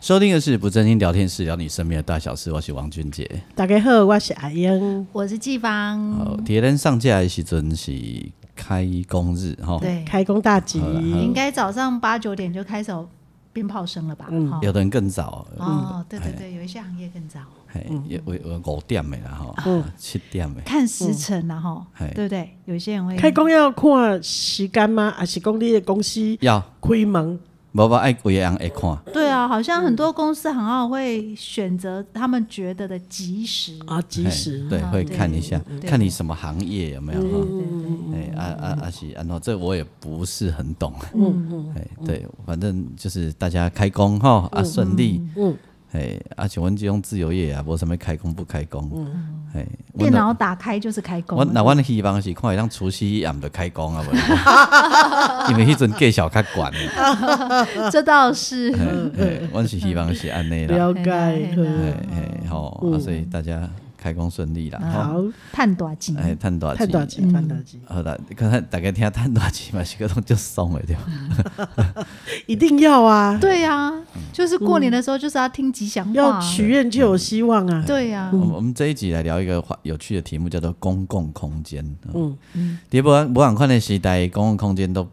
收听的是不正经聊天室，聊你身边的大小事。我是王俊杰。大家好，我是阿英。我是季芳，好，铁人上架的时阵是开工日哈，吼对，开工大吉，好啦好哎应该早上八九点就开始有鞭炮声了吧？哈有的人更早，哦，对对对，有一些行业更早，嘿，有有有五点的啦哈，吼嗯七点的，看时辰然后嘿对不对？有一些人会开工要看时间吗？还是讲你的公司要开门？无无爱贵人会看，对啊，好像很多公司行号会选择他们觉得的吉时。啊，及时嘿。对，嗯会对看一下，对嗯看你什么行业有没有哈。对对对哎啊啊啊是安诺，这我也不是很懂。嗯嗯，哎对，反正就是大家开工哈啊顺利。嗯，哎啊，请问这种自由业啊，无什么开工不开工。嗯哎，我电若脑打开就是开工我了。那我的希望是看，让除夕夜就开工啊，无 因为迄阵计小较悬的。这倒是嘿嘿我是希望是安尼啦。嗯了解。嘿啦嗯嘿嘿吼，啊所以大家开工顺利啦。吼，好，探短期。哎，趁大探大钱。吉，探大吉，好啦，刚才大家听趁大钱嘛，是个种就爽的对吧。一定要啊！对呀，就是过年的时候就是要听吉祥话要啊。许愿就有希望啊！对呀，我们我们这一集来聊一个话有趣的题目，叫做公共空间。嗯嗯嗯，迪博博朗宽的时代，公共空间都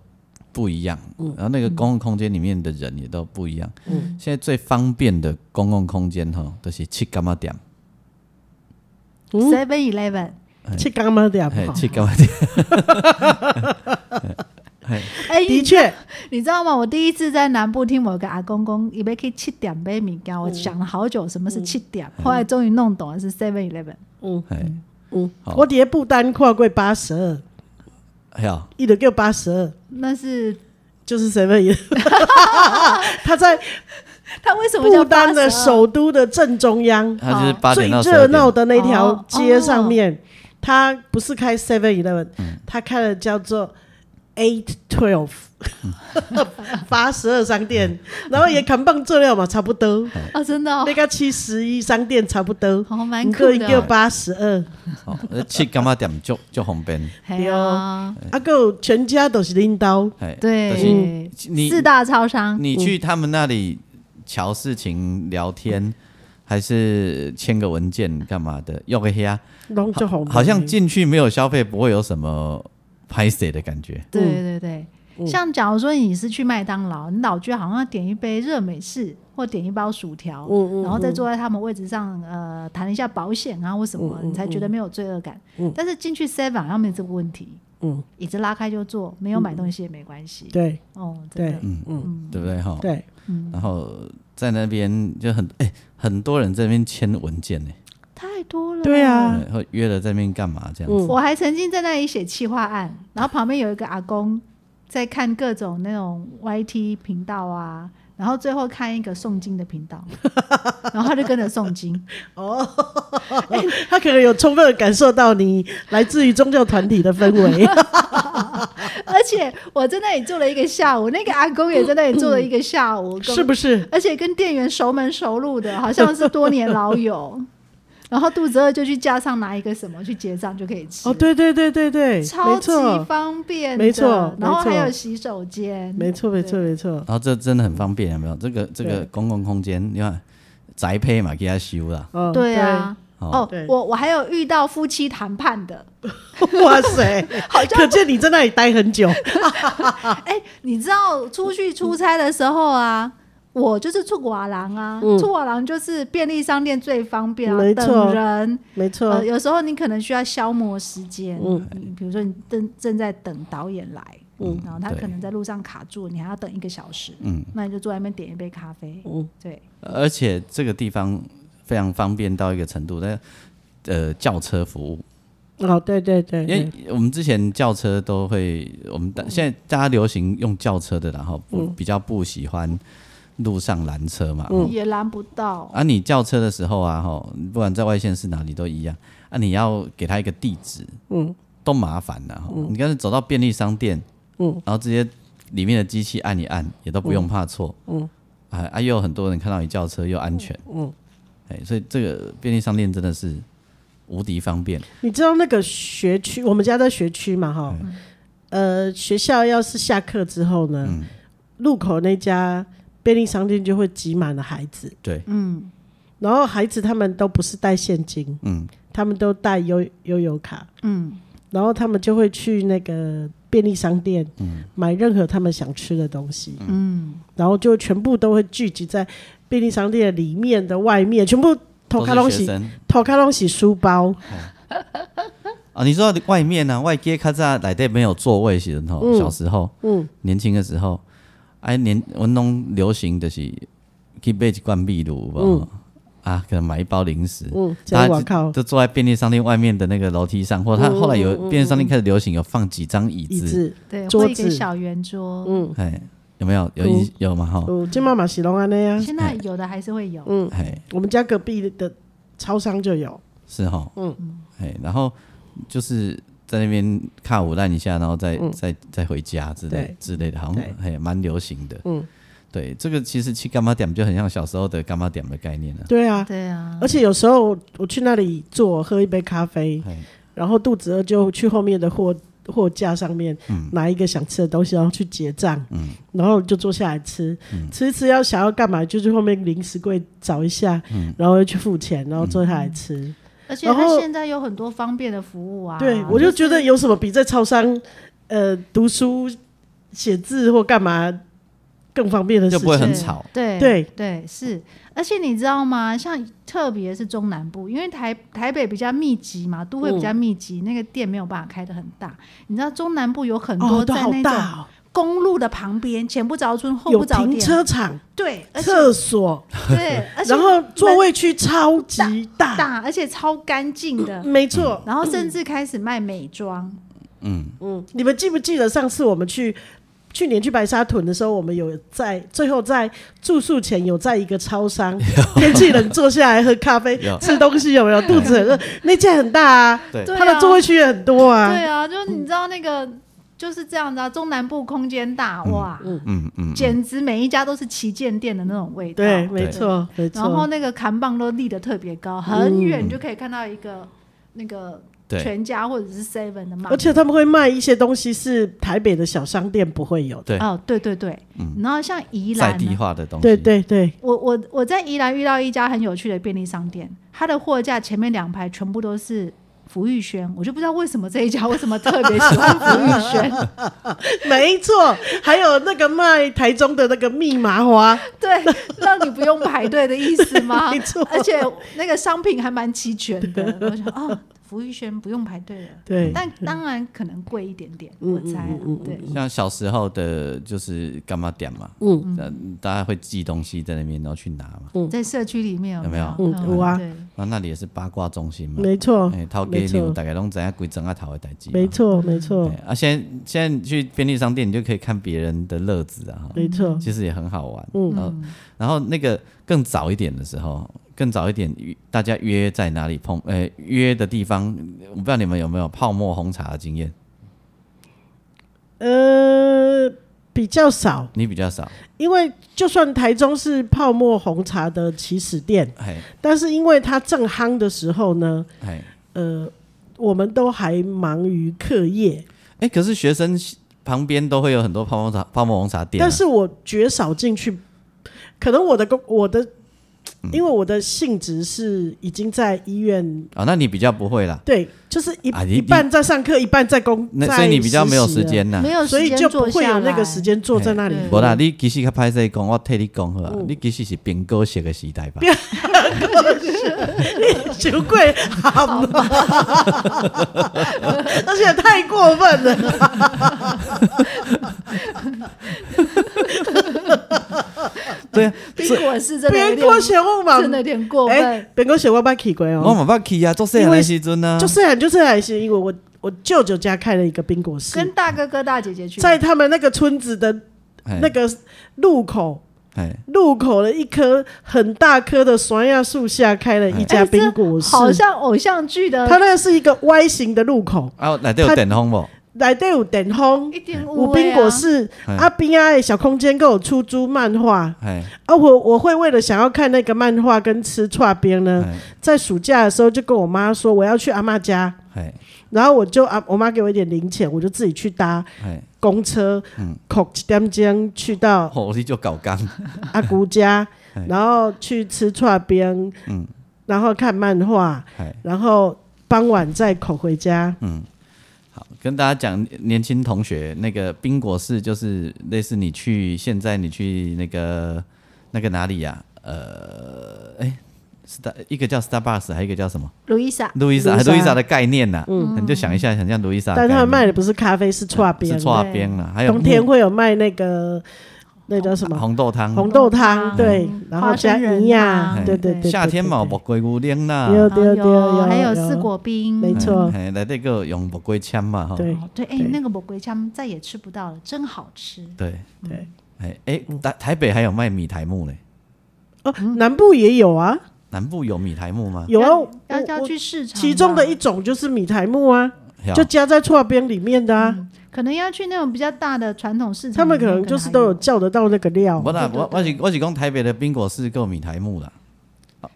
不一样，然后那个公共空间里面的人也都不一样。嗯，现在最方便的公共空间哈，都是七干嘛点， Seven Eleven。去干嘛的啊嘿好？七干嘛点，哎，的确，你知道吗？我第一次在南部听某个阿公公，以为可以七点杯米糕，我想了好久什么是七点，后来终于弄懂了是 Seven Eleven。嗯嘿，嗯好，我伫不丹跨过八十二，还有伊就叫八十二，那是就是 seven e 他在 他为什么叫不丹的82首都的正中央，它就是好八最点到十热二闹点，的那条哦街上面，他不是开 Seven Eleven，他嗯开了叫做 Eight Twelve 八十二商店，然后也扛棒做料嘛，差不多， 哦，真的哦那，个七十一商店差不多，好蛮一酷个一个的哦。八十二，哦那七干嘛点就就方便，嘿啊，啊个全家都是拎刀，嘿，对，就是你四大超商，你去他们那里瞧事情、聊天，还是签个文件干嘛的？要个黑啊，拢就好红，好像进去没有消费，不会有什么拍谁的感觉。对嗯对对。像假如说你是去麦当劳，你老觉得好像要点一杯热美式或点一包薯条，嗯然后再坐在他们位置上，呃，谈一下保险啊或什么，嗯你才觉得没有罪恶感。但是进去 Seven 好像没这个问题，嗯，椅子拉开就坐，没有买东西也没关系。对哦，真的，嗯嗯，对不对哈？对，然后在那边就很哎、很多人在那边签文件呢、太多了。对啊嗯然后约了在那边干嘛这样子？我还曾经在那里写企划案，然后旁边有一个阿公在看各种那种 YT 频道啊，然后最后看一个诵经的频道， 然后他就跟着诵经。他可能有充分的感受到你来自于宗教团体的氛 围，而且我在那里坐了一个下午，那个阿公也在那里坐了一个下午，嗯跟是不 是？而且跟店员熟门熟路的，好像是多年老友。 然后肚子饿就去架上拿一个什么去结账就可以吃。哦，对对对对对，没超级错，方便的，没错然后没错还有洗手间，没错，没错，没错。然后这真的很方便，有没有？这个这个对公共空间，你看宅配嘛，给他修啦。哦对啊，，哦哦对，我我还有遇到夫妻谈判的，对 哇塞，好可见你在那里待很久。啊哎、你知道出去出差的时候啊，我就是出瓦郎啊，出瓦郎就是便利商店最方便啊，嗯没错等人。没错，呃，有时候你可能需要消磨时间，嗯，比如说你正正在等导演来，嗯，然后他对可能在路上卡住，你还要等一个小时，嗯，那你就坐在那边点一杯咖啡，嗯，对，而且这个地方非常方便到一个程度，但呃轿车服务，哦，对对对，因对为我们之前轿车都嗯会，我们大现在大家流行用轿车的啦，然后不比较不喜欢路上拦车嘛，嗯也拦不到。啊，你叫车的时候啊，吼，不管在外县市哪里都一样，啊，你要给他一个地址，嗯，都麻烦了、吼你干脆走到便利商店，嗯，然后直接里面的机器按一按，也都不用怕错，嗯，啊啊，又有很多人看到你叫车又安全，嗯，哎、所以这个便利商店真的是无敌方便，你知道那个学区，我们家在学区嘛，哈，呃，学校要是下课之后呢，嗯路口那家便利商店就会挤满了孩子，对，嗯然后孩子他们都不是带现金，嗯，他们都带悠悠游卡，嗯，然后他们就会去那个便利商店，嗯，买任何他们想吃的东西，嗯，然后就全部都会聚集在便利商店里面的外面，全部偷都看东是学西，生偷看东西书包，啊，你说外面呢、啊，外街卡在内底没有座位时候，小时候，嗯年轻的时候，哎、年我拢流行就是去买一罐秘鲁，有无啊，可能买一包零食，嗯，这大样家我靠，嗯就坐在便利商店外面的那个楼梯上，或者他后来有、便利商店开始流行有放几张椅椅子，子，对，桌或一个子嗯小圆桌，哎，有没有？有一、有嘛哈？哦，这妈妈是龙安的呀，现在有的还是会有。嗯哎，我们家隔壁的超商就有，是哈，嗯，哎，然后就是在那边卡舞烂一下，然后再、再再回家之类嗯对之类的，好像对还蛮流行的，嗯，对，这个其实去干妈点就很像小时候的干妈点的概念了、对啊，对啊，而且有时候我去那里坐，喝一杯咖啡，哎，然后肚子饿就去后面的货货架上面嗯拿一个想吃的东西，然后去结账，然后就坐下来吃，嗯吃一吃要想要干嘛，就去后面零食柜找一下，嗯然后又去付钱，然后坐下来吃。而且然它后现在有很多方便的服务啊。对我就觉得有什么比在超商呃读书、写字或干嘛更方便的事就不会情？很是吵。对对对是，而且你知道吗？像特别是中南部，因为台台北比较密集嘛，都会比嗯较密集，那个店没有办法开的很大。你知道中南部有很哦，多都在好那种大、哦，公路的旁边，前不着村后有不着停店，车场、对，而且厕所，对， 而且然后座位区超级大，大，而且超干 净的。没错。然后甚至开始卖美妆，嗯，你们记不记得上次我们去去年去白沙屯的时候，我们有在最后在住宿前有在一个超商，天气冷坐下来喝咖啡有吃东西，有 没有？肚子很饿，那家很大啊，对对它的啊座位区也很多啊。对啊，就你知道那个就是这样子啊，中南部空间大哇，嗯嗯，简直每一家都是旗舰店的那种味道。对，没错，没然后错。那个扛棒都立得特别高，很远就可以看到一个那个对全家或者是 Seven 的嘛。而且他们会卖一些东西是台北的小商店不会有的。对，嗯哦，对对对，然后像宜在兰啊地呢，化的东西，对对 对，我我我在宜兰遇到一家很有趣的便利商店，它的货架前面两排全部都是。福玉轩，我就不知道为什么这一家为什么特别喜欢福玉 轩，没错。还有那个卖台中的那个密麻花，对，让你不用排队的意 思吗？ 没错而且那个商品还蛮齐全的，我想哦，福玉轩不用排队了。对，但当然可能贵一点点，我猜啊，对，像小时候的，就是干妈点嘛，嗯，大家会寄东西在那边，然后去拿嘛，嗯在社区里面有没有没有嗯有啊对然后那里也是八卦中心嘛，没错，哎，头没家错娘大概拢知影规整啊头的代志，没错，没错对，啊，现在现在去便利商店，你就可以看别人的乐子啊，哈没错。其实也很好玩。嗯，然后然后那个更早一点的时候，更早一点，约大家约在哪里碰？呃，约的地方，我不知道你们有没有泡沫红茶的经验？呃，比较少，你比较少，因为就算台中是泡沫红茶的起始店， 嘿，但是因为它正夯的时候呢，嘿，呃，我们都还忙于课业，哎，可是学生旁边都会有很多泡沫茶泡沫红茶店、啊，但是我绝少进去，可能我的工我的，嗯因为我的性质是已经在医院。啊、那你比较不会啦，对，就是一、啊你一半在上课，一半在工，那在所以你比较没有实习啊时了，间哎呐没。有时所以间就坐不会下有那个来时间坐在那里。对无啦，你其实较歹势讲，我替你讲好啊。嗯你其实是苹果式的时代吧？酒鬼好 吗？而且太过分了，对啊，冰果是 真的有别点过小我嘛，真的有点过哎分，，别过小我把去过我哦，嘛捌去啊，做细汉的时阵啊，就是很就是很是因为我我舅舅家开了一个冰果室，跟大哥哥大姐姐去，在他们那个村子的嘿那个路口哎，路口的一棵很大棵的酸亚树下开了一家冰果室，哎好像偶像剧的，它那是一个 Y 型的路口，啊，内底有电风无？内底有电风，一定有冰果室，嘿啊边啊的小空间够有出租漫画，哎，啊我我会为了想要看那个漫画跟吃串冰呢，哎，在暑假的时候就跟我妈说我要去阿妈家，哎，然后我就啊我妈给我一点零钱，我就自己去搭哎，嗯公车，口一点钟去到吼，你就搞刚，阿姑家 哎，然后去吃串冰，嗯然后看漫画，哎，嗯然后傍晚再口回家。好，跟大家讲，年轻同学，那个冰果室就是类似你去现在你去那个那个哪里呀、呃，哎、s t a r 一个叫 Starbucks，还有一个叫什么路易莎，路易莎 Louisa 嗯路易莎的概念呐、你就想一下，很像路易莎的概但念，他们卖的不是咖啡，是串冰是。搓边了，还有冬天木会有卖那个那叫什么红豆汤，红豆汤，嗯对嗯，然后花加生仁泥呀啊，对对对对，夏天啊嘛，嘛，有木瓜牛奶啦，对然后对对，有还有四嗯果没冰，错哎，来这个用木瓜签嘛，哈，对哦对，哎对，那个魔鬼枪再也吃不到了，真好吃。对，对。哎哎，台台北还有卖米苔木嘞，哦，南部也有啊，南部有米苔木吗？有啊，嗯要我要要我去啊市场吧，其中的一种就是米苔木啊，有就加在串冰里面的啊，可能要去那种比较大的传统市场，他们可能就是都有叫得到那个料不。啦，对对我我是我是讲台北的冰果是够米苔木啦，？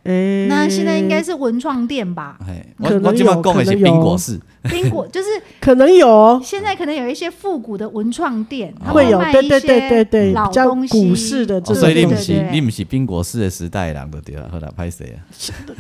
哎，那现在应该是文创店吧 哎，可能我有我基本讲的是冰果室，冰果就是可能有哦，现在可能有一些复古的文创店，他们会有卖，一对对对些对对，老比较东西股市的这哦，所以你种不东们西。对是对对你不是冰果室的时代人就对了，好啦，拍谁啊？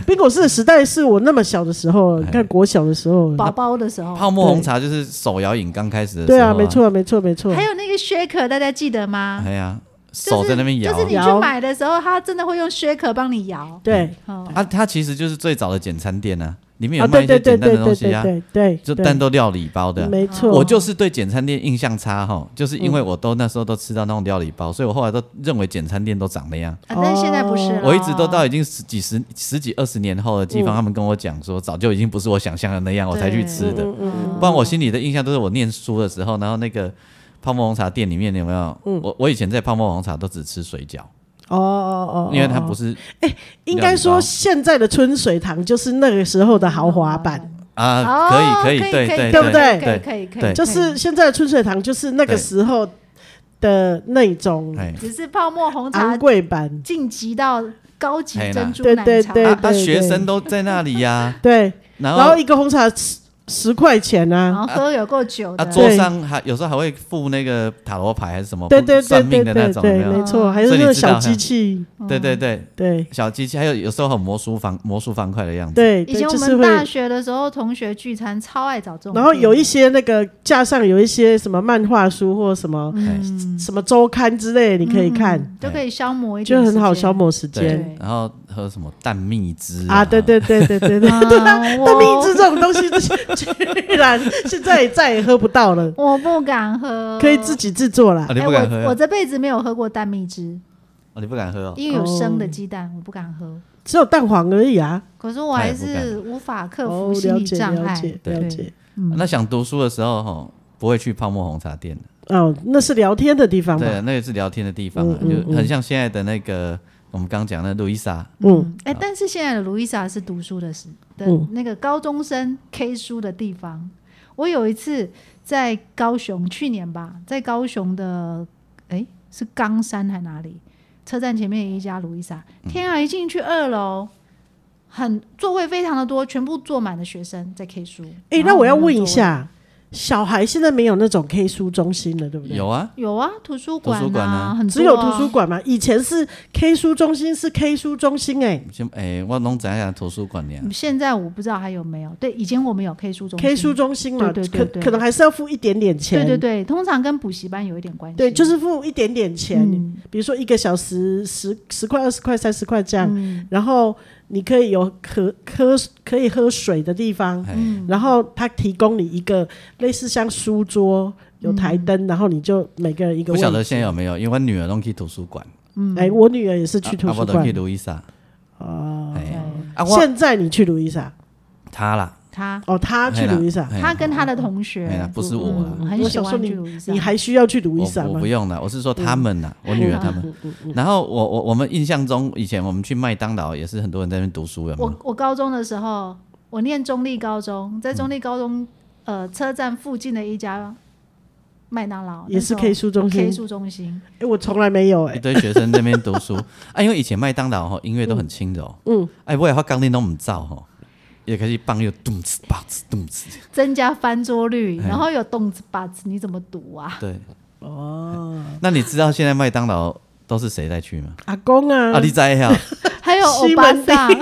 冰果室的时代是我那么小的时候，哎你看国小的时候，啊宝宝的时候，泡沫红茶就是手摇饮刚开始的时候，哦对啊，没，错没错没错还，有那个 shaker，大家记得吗？哎呀，就是手在那边摇啊就是你摇去买的时候，他真的会用 shaker 帮你摇。对哦，啊，它其实就是最早的简餐店啊，里面啊有对卖一对些对简单对的东对西对啊，对对，就对蛋都料理包的啊。没错，嗯我就是对简餐店印象差哈，就是因为我都那时候都吃到那种料理包，所以我后来都认为简餐店都长那样。啊但是现在不是了。哦我一直都到已经十几十十几二十年后的地嗯方，他们跟我讲说，早就已经不是我想象的那样，我才去吃的。嗯嗯嗯不然我心里的印象都是我念书的时候，然后那个泡沫红茶店里面有没有？我我以前在泡沫红茶都只吃水饺，哦哦哦，因为它不是，是应该说现在的春水堂就是那个时候的豪华版，啊，哦可以可以对可以对对不对可以可以对可以可对以，就是现在的春水堂就是那个时候的那种哎，只是泡沫红茶昂贵版，晋级到高级哎珍珠啊对奶对茶。对啊对啊，对学生都在那里呀，对，然然后后一个红茶十十块钱然啊，后喝有够久的，啊桌上还有时候还会附那个塔罗牌还是什么对对对哦算对命的那对种，有对，没有哦没错，还有所以那你个知道嗯小机器，对对对，对小机器还有有时候很魔术方魔术方块的样子，对，以对前我就是们会大学的时候，同学聚餐超爱找这种店，然后有一些那个架上有一些什么漫画书或什么、哎什么周刊之类，你可以看，嗯都可以消磨一点，就很好消。磨时间。对然后喝什么蛋蜜汁啊，对对对对对对，啊 但荔枝这种东西，居然现在也再也喝不到了，我我不敢喝，可以自。己制作啦啊，。你哎，不敢喝我我啊，这辈子没有喝过蛋蜜汁，哦你不敢喝哦，因为有生的鸡蛋，我不敢喝。只有蛋黄而已啊。哦可是我还是无法克服心了理解障了碍。解对了解。那想读书的时候吼，不会去泡沫红茶店的，哦，那是聊天的地方吧？对，啊那也是聊天的地方啊，嗯嗯就很像现在的那个我们刚讲的路易莎，嗯，哎，但是现在的卢伊莎是读书的时的嗯那个高中生 K 书的地方。我有一次在高雄，去年吧，在高雄的哎是冈山还哪里车站前面有一家卢伊莎，嗯天啊！一进去二楼，很座位非常的多，全部坐满了学生在 K 书。哎、然那后我要没有问一座位，下，小孩现在没有那种 K 书中心了，对不对？有啊，有啊，图书图馆书馆啊很只有多图啊书馆嘛？以前是 K 书中心，是 K 书中心哎、先哎，我弄怎样图书馆呢？嗯现在我不知道还有没有。对，以前我们有 K 书中心 K 书中心嘛，对对对可对可能还是要付一点点钱，对对对，通常跟补习班有一点关系。对就是付一点点钱，嗯比如说一个小时十十块、二十块、三十块这样，然后你可以有可喝可以喝水的地方，哎，然后他提供你一个类似像书桌。有台灯，然后你就每个人一个不位置。晓得现在有没有，因为我女儿弄去图书馆，哎，我女儿也是去啊图啊书我就馆去。路易莎，哦，哎，啊我现在你去路易莎，她啦，他哦，他去嘿啦鲁伊莎，嘿啦他跟他的同嘿啦学，嗯哎不是我啦嗯，很我喜想说欢你去鲁伊莎你。还需要去鲁伊莎哦我我吗不？用了，我是说他们呐，我女儿他们。然后我我我们印象中，以前我们去麦当劳也是很多人在那边读书的我嘛。我高中的时候，我念中立高中，嗯在中立高中呃车站附近的一家麦当劳，也是 K 数书中 K 心，数中心，哎，我从来没有哎一，堆学生在那边读书啊，因为以前麦当劳吼音乐都很轻柔，嗯，哎，我也发钢琴都唔造吼，也开始放又咚哧吧哧咚哧，增加翻桌率，哎然后有动子把子，你怎么读啊？ 对。哦，那你知道现在麦当劳都是谁在去吗？阿公啊啊，，你在呀？还有欧西巴门桑，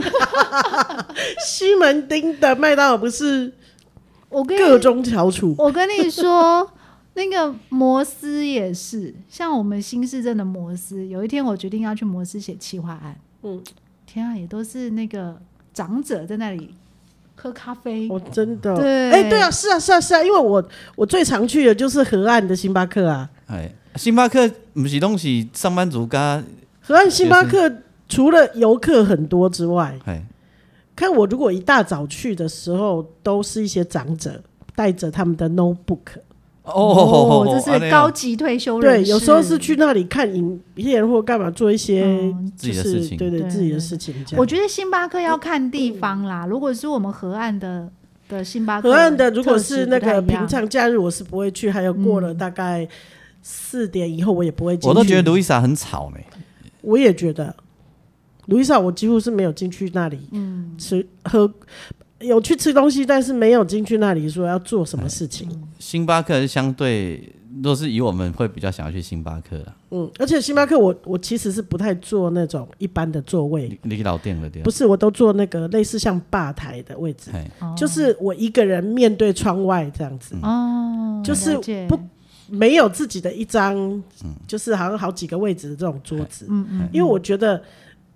西门町的麦当劳不是我跟各你中翘楚，我跟你说，那个摩斯也是，像我们新市镇的摩斯，有一天我决定要去摩斯写企划案，嗯嗯，天啊，也都是那个长者在那里喝咖啡，我真的，哦对哦哎，对啊，是啊，是啊，是啊，因为我我最常去的就是河岸的星巴克啊， 哎，星巴克不是东西，上班族噶，河岸星巴克除了游客很多之外，哎，看我如果一大早去的时候，都是一些长者带着他们的 notebook，哦哦哦，这安尼是哦高级退休人对，士，有时候是去那里看影片或干嘛，做一些嗯自就己的是事情对对对自己的事情这我样。觉得星巴克要看地方啦，如果是我们河岸的的星巴嗯克，河岸的如果是那特个质不太一平样嗯常假日，我是不会去，还有过了大概四点以后，我也不会进去。哦我都觉得，卢伊莎很吵呢。我也觉得，卢伊莎，我几乎是没有进去那里嗯，吃喝，有去吃东西，但是没有进去那里说要做什么事情。嗯星巴克是相对，若是以我们会比较想要去星巴克啦，嗯，而且星巴克我我其实是不太坐那种一般的座位，你你老店了对吧不？是我都坐那个类似像吧台的位置，哎，哦就是我一个人面对窗外这样子，哦，就是了解不没有自己的一张，就是好像好几个位置的这种桌子，嗯哎嗯，因为我觉得，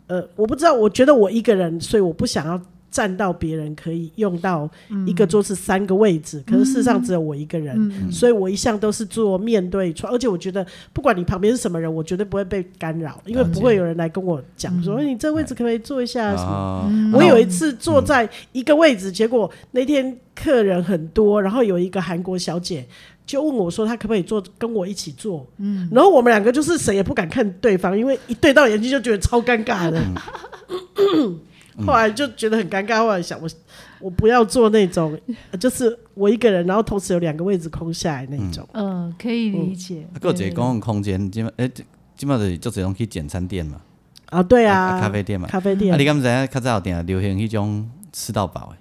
呃，我不知道，我觉得我一个人，所以我不想要。占到别人可以用到一个桌子三个位置，可是事实上只有我一个人，嗯所以我一向都是坐面对窗，而且我觉得不管你旁边是什么人，我绝对不会被干扰，因为了解不会有人来跟我讲说、哎你这位置可不可以坐一下啊什么。哦嗯我有一次坐在一个位置，结果那天客人很多，然后有一个韩国小姐就问我说，她可不可以坐跟我一起坐？嗯，然后我们两个就是谁也不敢看对方，因为一对到眼睛就觉得超尴尬的。嗯 后来就觉得很尴尬，后来想我我不要做那种，呃就是我一个人，然后同时有两个位置空下来那嗯种。呃，可以嗯理解啊，。还有一对个公共空间，今哎，今嘛就是就是拢去简餐店嘛，啊，对啊啊，咖啡店嘛。咖啡啊，店你敢不知影较早有定流行迄种吃到饱的，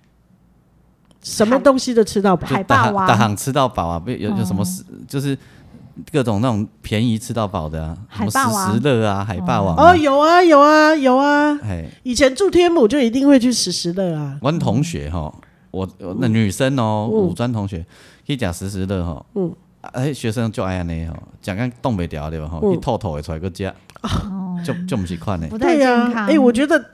什么东西都吃到饱。海大霸行王大行吃到饱啊，不有有什么哦是就是各种那种便宜吃到饱的啊，什海么霸食王食乐啊，海霸王哦，啊，有啊，有啊，有啊！哎，以前住天母就一定会去食食乐啊。阮同学吼，我我那女生哦，五专同学去食时时乐吼，嗯，哎，学生就爱安尼吼，讲讲冻袂调对吧吼，嗯去吐吐的出来个食，就就不是款的。不太对健呀，康。哎、我觉得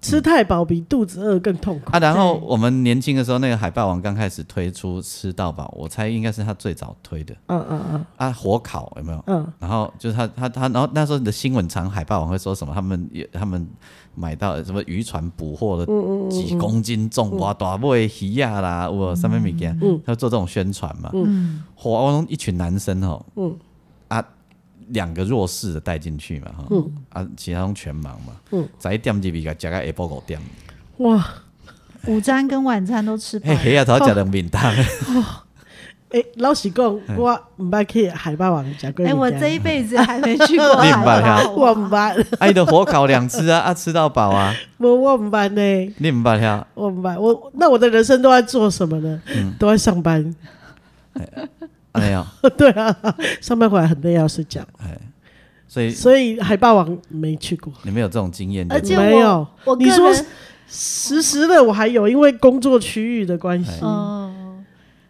吃太饱比肚子饿更痛苦。啊，然后我们年轻的时候，那个海霸王刚开始推出吃到饱，我猜应该是他最早推的嗯嗯嗯啊，火烤有没有？嗯，然后就是他他他，然后那时候的新闻常海霸王会说什么？他们也他们买到什么渔船捕获了几公斤重哇大尾的鱼呀啦，我上面物件，他会做这种宣传嘛。嗯，火我中一群男生哦，啊，两个弱势的带进去嘛哈，啊，其他拢全忙嘛，嗯，一点几比个加个 apple 狗点，哇，午餐跟晚餐都吃饱嘿，了，哎黑啊头食两面汤，哎、老实讲，我唔捌去海霸王食过。哎，我这一啊辈子还没去 过你海明白霸了王，我唔捌，爱的啊火烤两只啊，啊吃到饱啊，我我唔捌呢，你明白了？我唔捌。我那我的人生都在做什么呢？都在上班。没有，对啊，上班回来很累，要睡觉。所以所以海霸王没去过。你们有这种经验，而对不且对？没有我，我个你说人，实时的我还有，因为工作区域的关系。嗯，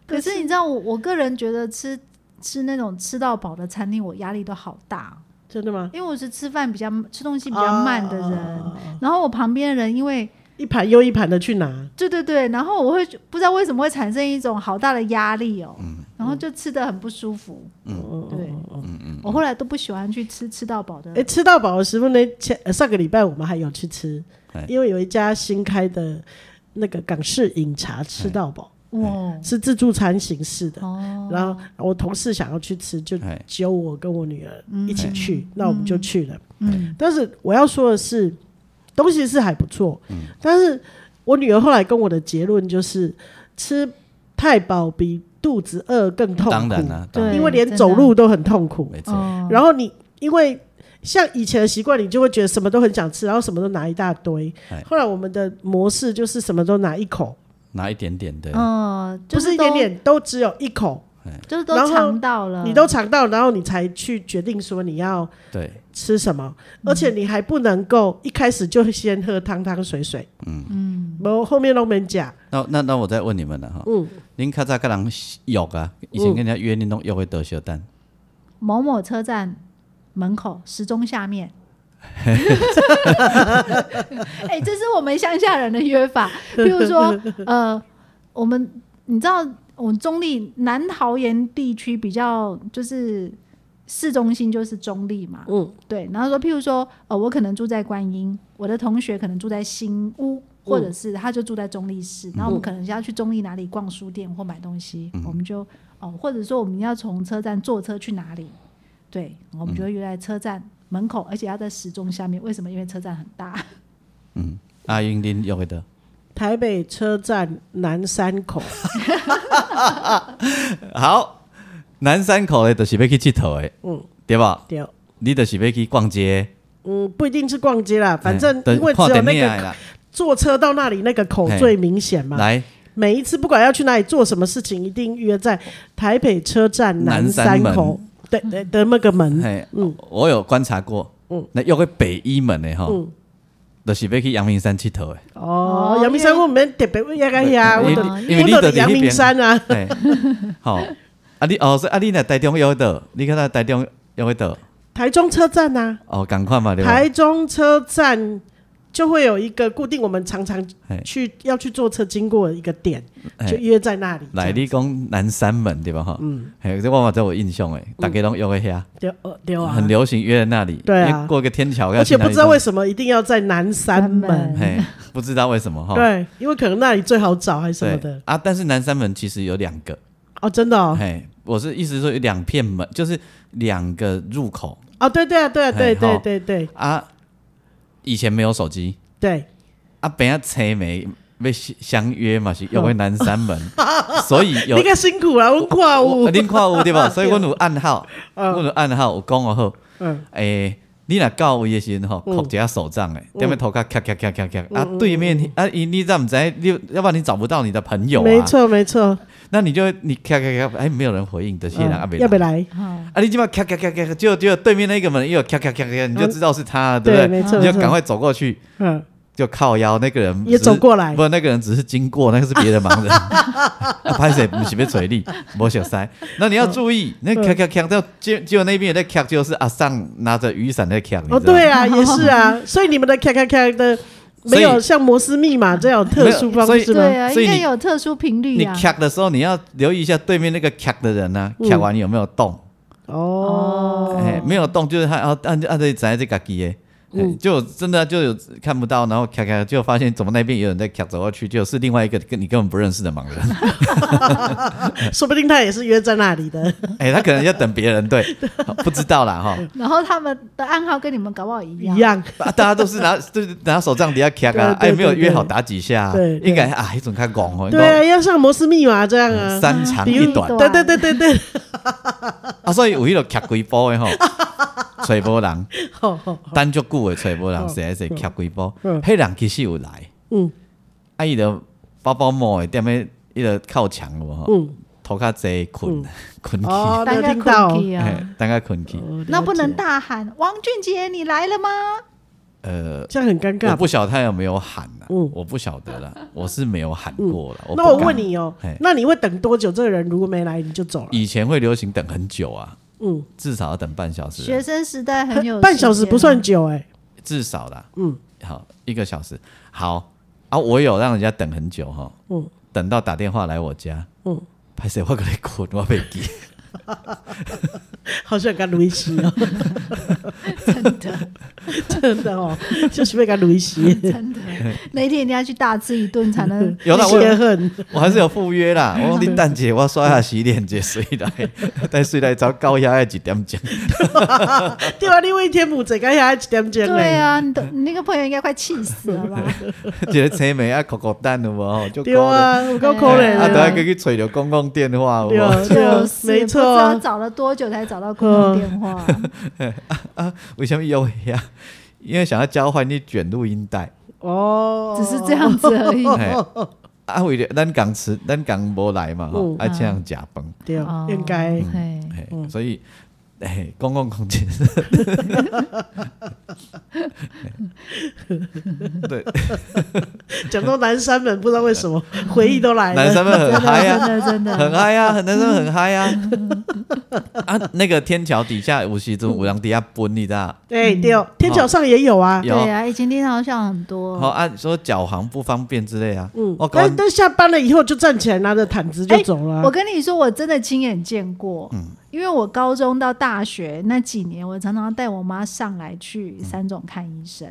可是你知道我，我个人觉得吃吃那种吃到饱的餐厅，我压力都好大，啊真的吗？因为我是吃饭比较吃东西比较慢的人，啊然后我旁边的人因为。一盘又一盘的去拿。对对对，然后我会不知道为什么会产生一种好大的压力哦，嗯然后就吃的很不舒服。嗯对，我后来都不喜欢去吃吃到饱的哎、。吃到饱的时分呢？前呃上个礼拜我们还有去吃哎，因为有一家新开的那个港式饮茶吃到饱， 哇，是自助餐形式的。哦，然后我同事想要去吃，就哎揪我跟我女儿一起去，那我们就去了。哎嗯但是我要说的是，东西是还不错，嗯但是我女儿后来跟我的结论就是，吃太饱比肚子饿更痛苦，嗯当然啦、当然对啊因为连走路都很痛苦。没错，哦，然后你因为像以前的习惯，你就会觉得什么都很想吃，然后什么都拿一大堆哎。后来我们的模式就是什么都拿一口，拿一点点的，嗯，就不是一都嗯点，点，都只有一口，就是都然后尝到了，你都尝到，然后你才去决定说你要对，吃什么，而且你还不能够一开始就先喝汤汤水水，嗯嗯，没有后面都没讲，那那那我再问你们了哈，嗯，您较早跟人约啊，以前跟人家约恁拢约会得小蛋，嗯某某车站门口时钟下面。 哎、这是我们乡下人的约法。譬如说，呃，我们你知道，我们中立南桃园地区比较就是市中心就是中立嘛，嗯，对。然后说，譬如说，呃，我可能住在观音，我的同学可能住在新屋，或者是他就住在中立市。然后我们可能要去中立哪里逛书店或买东西，我们就哦，或者说我们要从车站坐车去哪里，对，我们就会约在车站门口，而且要在时钟下面。为什么？因为车站很大。嗯，阿英恁约会得，台北车站南山口， 好，南山口的就是要去佚佗的，嗯，对吧？对，你就是要去逛街，嗯，不一定是逛街啦，反正哎因为只看有电那影的个啦坐车到那里那个口嘿最明显嘛。来每一次不管要去哪里做什么事情，一定约在台北车站南山南山口门，对对的那个门。嘿，我有观察过，那约去北一门的吼嗯，就是要去阳明山佚佗的。哦哦，阳明山我们特别呀个呀，我因为的因为你我就的在那阳明边山啊， 嘿，好，啊你哦，所以啊你来台中约到，你看到台中约到，台中车站啊，哦，赶快嘛对吧？台中车站就会有一个固定，我们常常嘿去要去坐车经过的一个点，就嘿约在那里。来你讲南山门对吧？哈，嗯，嘿，这我嘛在我印象诶，大家拢约去遐，这样对呃对嗯啊很，流行约在那里，对啊因为过个天桥，而且不知道为什什么一定要在南山南门门，嘿，不知道为什么哈，对，因为可能那里最好找还是什么哦对的。啊，但是南山门其实有两个，哦，真的哦，嘿，我是意思是说有两片门，就是两个入口哦，对对啊，对啊，对嘿对好对对啊，以前没有手机。对，啊，边啊车没要相约嘛，是约回南山门， 所以有你个辛苦了，我跨我舞啊，恁看有 对吧？所以阮有暗号，嗯阮有暗号有讲哦好，嗯，诶，你若到位的时阵吼，嗯扣一下手杖诶，踮咧头壳咔咔咔咔咔，啊，对面啊，伊你怎毋知？你要不然你找不到你的朋友没啊，错没错，那你就你咔咔咔，哎，没有人回应，就是人啊，嗯要不没来。来？哈，啊！你起码咔咔咔咔，就就对面那个门又咔咔咔咔，你就知道是他了，对嗯对，不对？没错，你没就赶错，快走过去，嗯，就靠腰那个人也嗯只是走过来不，，那个人只是经过，那个是别的 盲人，拍谁不是被嘴力，摸小塞。那你要注意，那嗯咔咔咔，到就就那边也在咔，就是阿尚拿着雨伞在咔，你知道哦，吗对啊，也是啊， 所以你们的咔咔咔的没有所以像摩斯密码这样有特殊方没有式所吗对？啊，所以应该你有特殊频率你啊。咔的时候，你要留意一下对面那个咔的人呢，咔完有没有动？嗯哦，哎，没有动就是他按按按着在这嘎叽耶。哎嗯就真的就有看不到，然后咔咔就发现怎么那边有人在咔走过去，就是另外一个跟你根本不认识的盲人，说不定他也是约在那里的，哎、他可能要等别人对，不知道啦哈。然后他们的暗号跟你们搞不好一样一。样， 啊，大家都是拿就是拿手杖底下卡啊，对对哎，没有对约好打几下啊，对对应该啊，一种看拱哦，对啊，要像摩斯密码这样啊， 嗯三长比一如短对对对对对， 啊，所以有迄落卡几波的吼，吹波人好好，单足久的吹波人，嗯实在是卡几波，嗯迄人其实有来，嗯啊，伊就包包摸的踮咧迄落靠墙有无吼，嗯，头较坐困 困去，哦，没大有概听到， cookie 啊嘿等下困去，哦那不能了解大喊“王俊杰，你来了吗呃。这样很尴我尬。不晓得他有没有喊啦，嗯我不晓得啦，我是没有喊过啦。那不我敢问，你哦嘿，那你会等多久？这个人如果没来，你就走了？以前会流行等很久啊，嗯，至少要等半小”？时啊。学生时代很有半小时时间啊不算久哎、至少啦，嗯嗯，好，一个小时，好啊，我有让人家等很久哈，嗯嗯，等到打电话来我家，嗯嗯，拍谁我跟你滚，我被 记，好像跟路易斯哦，真的。真的哦， 就是被他累死。真 的，那一天一定要去大吃一顿才能有啦，泄我恨，我还是有赴约 啦。我讲你等姐，我啊刷下洗脸节水来，但水来找高压要几点钟？ 对啊，另外一天母整个下一点钟对嘞，啊，你的你那个朋友应该快气死了吧？一个青梅啊，扣扣蛋有无？就对啊，有够可对怜啊，啊等下的可，以去找着公共电话有对无？啊， 对啊就，是没不知道错，找了多久才找到公用电话？为什么有呀？因为想要交换你卷录音带。 哦，只是这样子而已。嘿啊，为了咱港吃，咱港无来嘛，吼嗯，啊，这样假崩，对哦， 应该嘿嘿所以，哎，公共空 间，对，讲到南山门，不知道为什么嗯回忆都来男了。生们很哎 真嗨呀，的真的，很嗨呀，很男生们很嗨呀，啊，那个天桥底下有时阵有人底下奔，你知道？哎对对，天桥上也有啊，有对啊，以前听好像很多。好啊，说脚行不方便之类啊，嗯我，搞但但下班了以后就站起来拿着毯哎子就走了啊我。跟你说，我真的亲眼见过，因为我高中到大学那几年，我常常带我妈上来去三种看医生，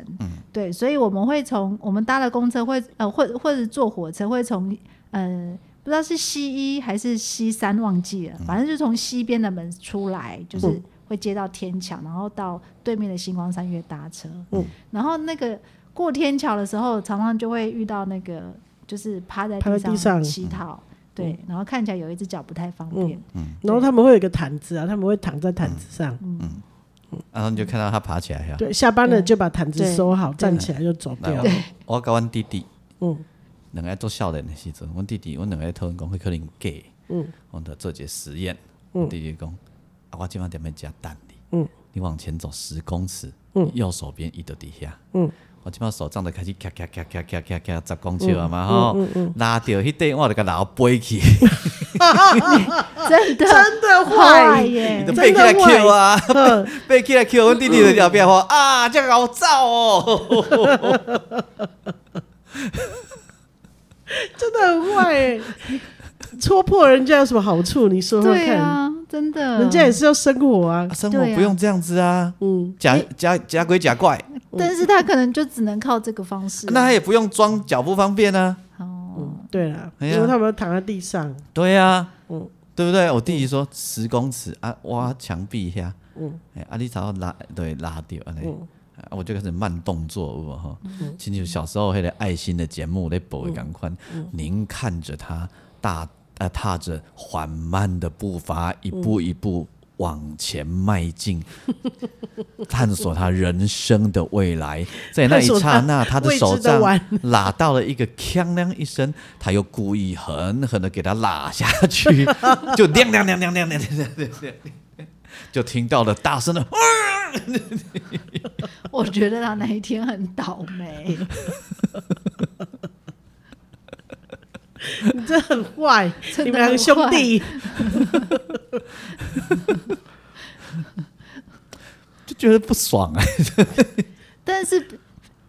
对，所以我们会从我们搭了公车会呃，或或者坐火车会从呃。不知道是西一还是西三，忘记了，反正就从西边的门出来，就是嗯会接到天桥，然后到对面的星光三月搭车。嗯然后那个过天桥的时候，常常就会遇到那个就是趴在趴在地地上嗯上乞讨，对，然后看起来有一只脚不太方便，然后他们会有一个毯子啊，他们会躺在毯子上。嗯然后你就看到他爬起来呀，啊对，下班了就把毯子收好，站起来就走来掉。我我甲阮弟弟，嗯，两个做少年的时阵，阮弟弟，阮两个在讨论讲，迄可能假的，嗯，阮着做一个实验，阮弟弟讲，啊，我即摆踮咧遮等你，嗯，你往前走十公尺，嗯，右手边伊着伫遐，嗯，我即摆手杖着开始夹夹夹夹夹夹夹十公尺啊嗯嘛吼，拉着迄块我着甲老飞去， 哦真的真的坏坏，耶 就！ 真的背起来会 Q 啊， 嗯背起来 Q，阮弟弟在后壁吼，啊，遮搞走 哦， 真的很坏耶。戳破人家有什么好处？你说说对看，啊，真的，人家也是要生活啊啊。生活对啊不用这样子啊，嗯，假假假鬼假怪， 但是他可能就只能靠这个方式。啊那他也不用装脚不方便啊。哦，对啦，哎因呀为他们躺在地 上，对呀、啊，嗯对不对？我弟弟说十公尺啊，挖墙壁下，嗯嗯，哎、啊，你朝拉对拉掉，安尼、嗯啊，我就开始慢动作，有无吼？亲像小时候迄个爱心的节目咧播的赶快，嗯您看着他大呃踏着缓慢的步伐，一步一步。往前 迈进，探索他人生的未来。在那一刹那，他探索他的手未知的杖弯拉到了一个锵亮一声，他又故意狠狠的给他拉下去， 就亮亮亮亮亮亮亮亮亮，就听到了大声的啊我觉得他那一天很倒霉，你这很坏，真的你们两个兄弟，就觉得不爽啊。但是。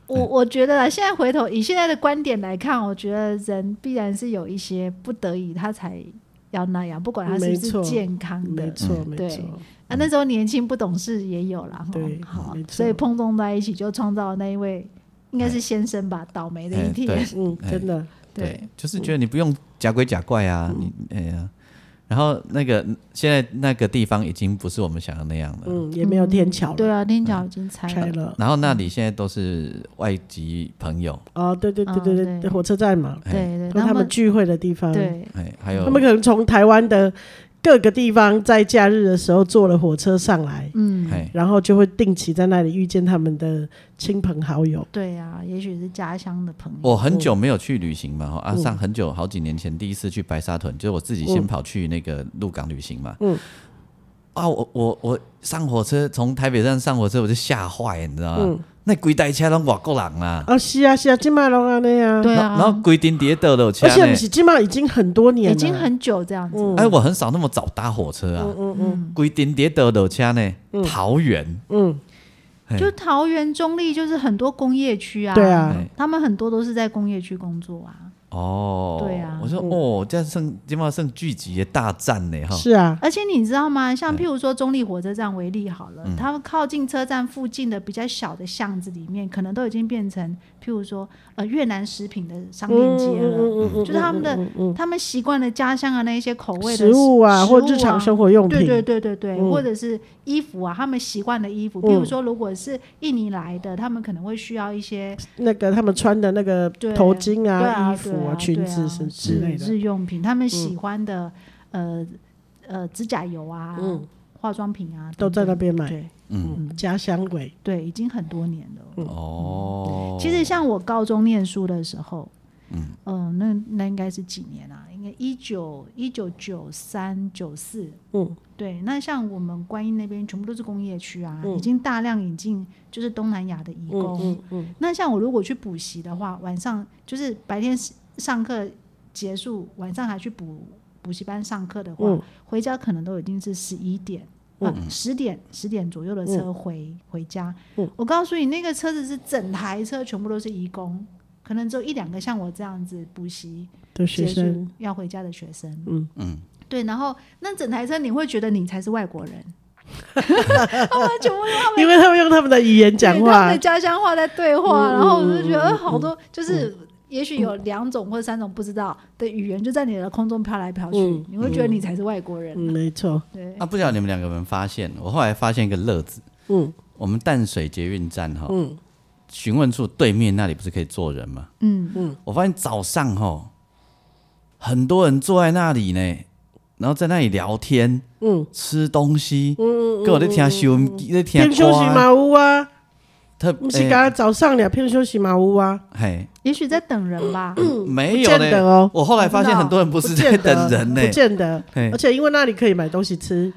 我嗯我觉得啦，现在回头以现在的观点来看，我觉得人必然是有一些不得已，他才要那样，不管他是不没是错健康的，没错嗯没错对，啊，那时候年轻不懂事也有啦，吼对好没，错所以碰撞在一起就创造了那一位应该是先生吧，倒霉的一哎天，嗯，哎真的， 对，，就是觉得你不用假鬼假怪啊，嗯你哎呀、然后那个现在那个地方已经不是我们想的那样了。嗯，也没有天桥了，嗯对啊，天桥已经拆拆了，了。然后那里现在都是外籍朋友，哦，对对对对嗯对，对火车站嘛，对对，那他哎他们们聚会的地方，对哎，他还有们可能从台湾的各个地方在假日的时候坐了火车上来，嗯，哎，然后就会定期在那里遇见他们的亲朋好友。对啊，也许是家乡的朋友，我很久没有去旅行嗯嘛，哈啊，上很久好几年前第一次去白沙屯，就是我自己先跑去那个鹿港旅行嘛。嗯啊，我我我上火车，从台北站上火车，我就吓坏，你知道吗？嗯那规台车拢外国人啦，啊，是啊是啊，金马龙啊那样，对然后啊然，后规定跌倒了车而且不呢。是金马已经很多年了，已经很久这样子，嗯哎，我很少那么早搭火车啊，嗯嗯嗯，规定跌倒了车呢，桃园，嗯，哎就桃园中立就是很多工业区啊，对，啊，哎他们很多都是在工业区工作啊，哦，对啊我说哦，这样剩今晚剩聚集的大战呢哈，嗯是啊，而且你知道吗？嗯像譬如说中立火车站为例好了，他们靠近车站附近的比较小的巷子里面，可能都已经变成譬如说呃越南食品的商店街了，嗯就是他们的他们习惯了家乡的那一些口味的食物啊，食或日常生活用对对品，对对对，嗯或者是衣服啊，他们习惯的衣服，譬如说如果是印尼来的，他们可能会需要一些那个他们穿的那个对头巾对啊啊、衣对服啊裙对啊子是之类的。日用品，他们喜欢的呃呃指甲油啊、嗯，化妆品啊，都在那等等边买，对嗯，嗯，家乡味，对，已经很多年了。嗯哦，其实像我高中念书的时候，嗯那那应该是几年啊？应该一九一九九三九四。嗯对，那像我们观音那边全部都是工业区啊，嗯已经大量引进就是东南亚的移工。嗯嗯那像我如果去补习的话，晚上就是白天上课结束，晚上还去补补习班上课的话，嗯回家可能都已经是十一点。啊，十点十点左右的车回、回家，嗯我告诉你，那个车子是整台车全部都是移工，可能只有一两个像我这样子补习的学结生束要回家的学生，嗯嗯，对，然后那整台车你会觉得你才是外国 人，他们全部都他们因为他们用他们的语言讲对他话们的，家乡话在对话，嗯然后我嗯就觉得、嗯呃好多就是。也许有两种或三种不知道的语言就在你的空中飘来飘去，嗯你会觉得你才是外国人。嗯，没错，对，啊，不晓得你们两个有没有发现？我后来发现一个乐子，嗯我们淡水捷运站哈，嗯询问处对面那里不是可以坐人吗？嗯，我发现早上哈，很多人坐在那里呢，然后在那里聊天、嗯，吃东西，跟我在听收音机，在听偏嗯休息歌，嘛屋啊，特不是诶刚刚早上俩偏休息嘛屋啊，嘿，也许在等人吧。嗯没不有见得呢。哦，我后来发现很多人不是在见得等人呢哎不，见得，嘿而且因为那里可以买东西吃，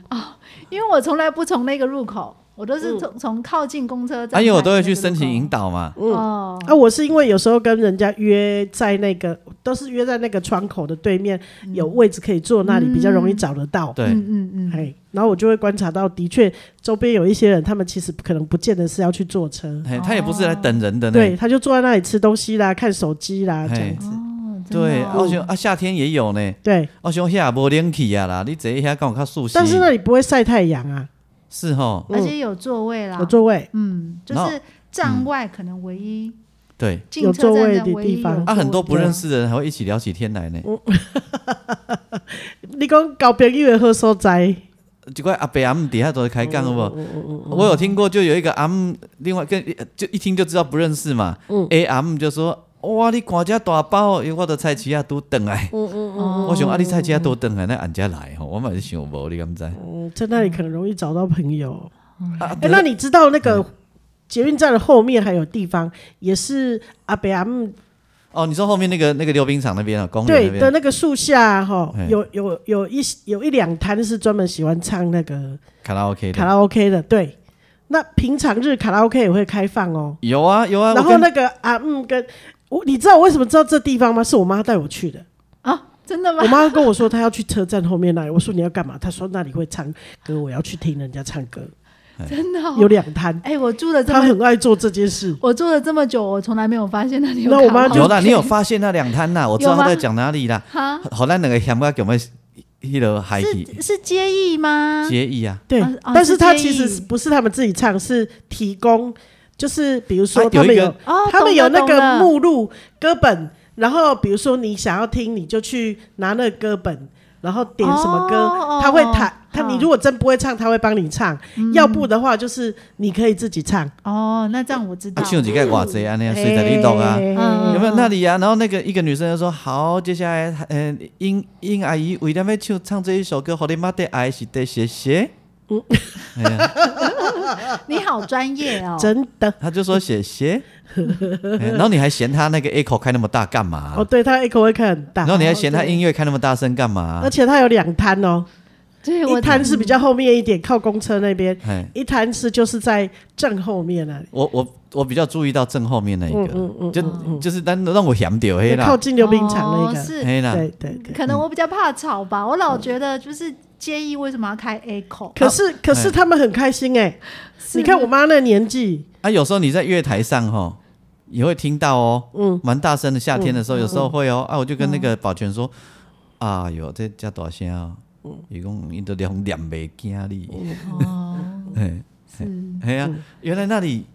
因为我从来不从那个入口，我都嗯是从从、靠近公车站。因哎为我啊都会去申请引导。导嘛。哦，啊，我是因为有时候跟人家约在那个，都是约在那个窗口的对面，有位置可以坐，那里比较容易找得到。对，嗯嗯嗯，哎，然后我就会观察到，的确周边有一些人，他们其实可能不见得是要去坐车，嘿他也不是来等人哎的呢。对，他就坐在那里吃东西啦，看手机啦，嘿这样子。哦，真嗯的对，哦我想啊，夏天也有呢。啊对，我想遐无冷气啊啦，你坐遐敢有较舒适？但是那里不会晒太阳啊，是吼，而且有座位啦有，座位，嗯，就然后是站外可能唯一对。进有车座站位站的唯地一有方啊，座很多位不认识的人还会一起聊起天来呢。你讲搞别友的喝所在，几个阿伯阿姆底下都在开杠，好不嗯好？我有听过，就有一个阿姆，另外跟呃就一听就知道不认识嘛。A 嗯阿姆就说：“哇，你看遮大包，因为我的菜市啊都等来。哦我想啊，你菜市啊都等来，那俺家来吼，我嘛是想无，你敢知？嗯，在那里可能容易找到朋友。啊，哎、那你知道那个捷运站的后面还有地方，也是阿北阿姆哦，你说后面那个那个溜冰场那边啊，公园对的那边哎那个树下哈嘿，有有有一有一两摊是专门喜欢唱那个卡拉 OK 卡的，拉 OK 的，对。那平常日卡拉 OK 也会开放哦。有啊有啊。然我后跟那个阿嗯跟我，你知道我为什么知道这地方吗？是我妈带我去的。啊，真的 吗我？妈跟我说她要去车站后面那里，我说你要干嘛？她说那里会唱歌，我要去听人家唱歌。 真的、哦，有两摊，哎、我住了这她么，很爱做这件事。我住了这么久，我从来没有发现那里有那卡拉 OK。我妈就啊有啦，你有发现那两摊呐？我知道他在讲哪里啦。哈？好，咱两个嫌我叫我们迄落海去是是接意吗？结义啊。对啊，啊但是是她建其实议是不是他们自己唱，是提供，就是比如啊说有他们一个有哦，他们懂有了那懂个了目录歌本，然后比如说你想要听，你就去拿那个歌本，然后点什么歌，哦他会哦弹。他好嗯你如果真不会唱，他会帮你唱；要不的话，就是你可以自己唱。哦，那这样我知道。啊，唱一个偌济安尼啊，随在你录啊。哎嗯有没有那里呀、啊然后那个一个女生就说：“好，接下来，嗯、呃，英英阿姨为咱们唱唱这一首歌，《好你妈的爱是的谢谢》。”哎呀，你好专业哦。真的她就说谢谢、 哎然后你还嫌她那个 echo 开那么大干嘛、哦，对他 echo 会开很大啊然，后你还嫌她啊音乐开那么大声干嘛而？且他有两摊哦，对，我一摊是比较后面一点，靠公车那边；哎，一摊是就是在正后面那里，我我我比较注意到正后面那一个，嗯嗯嗯就、就是让让我嫌掉黑靠啦，近溜冰场那哦个。嗯是，黑啦。对对对。可能我比较怕吵吧，我老觉得就是介意为什么要开 A 口。可是可是他们很开心哎、是你看我妈那年纪，啊，有时候你在月台上哈，也会听到哦，嗯，蛮大声的。夏天的嗯时候有时候会哦，啊，我就跟那个保全说，啊哟，这遮大声哦，嗯伊讲伊都连念袂惊你，哦， 嘿，是，哎呀，原来那里